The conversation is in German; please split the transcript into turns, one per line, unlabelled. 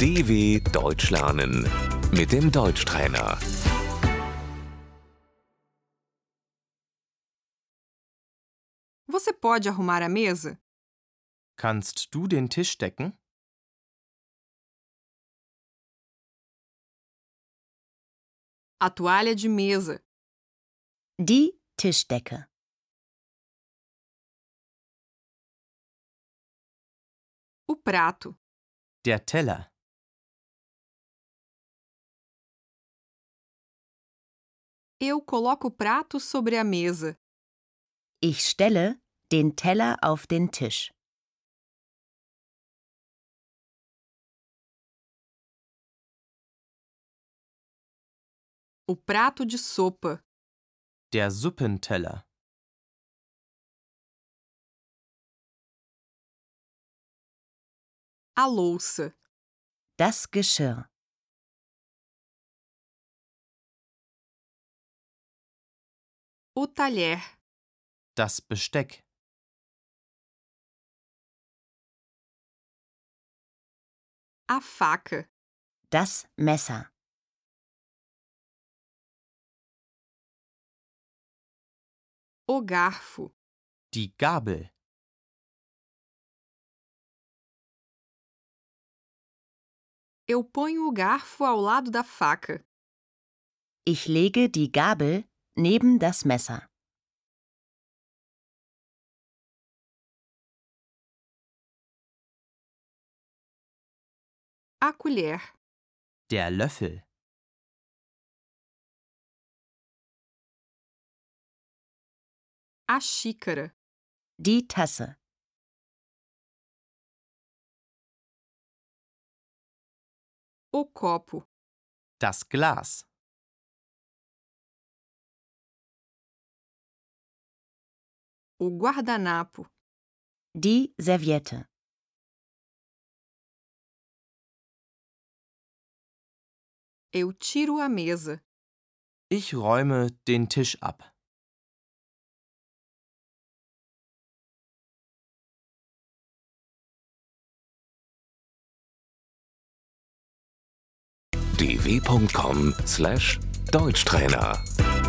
DW Deutsch lernen mit dem Deutschtrainer.
Você pode arrumar a mesa?
Kannst du den Tisch decken?
A toalha de mesa,
Die Tischdecke.
o prato,
Der Teller.
eu coloco o prato sobre a mesa,
Ich stelle den Teller auf den Tisch.
o prato de sopa,
Der Suppenteller.
a louça,
Das Geschirr.
o talher,
Das Besteck.
a faca,
Das Messer.
o garfo,
Die Gabel.
eu ponho o garfo ao lado da faca,
Ich lege die Gabel neben das Messer.
a colher,
Der Löffel.
a xícara,
Die Tasse.
o copo,
Das Glas.
o guardanapo,
Die Serviette.
eu tiro a mesa,
Ich räume den Tisch ab.
dw.com/deutschtrainer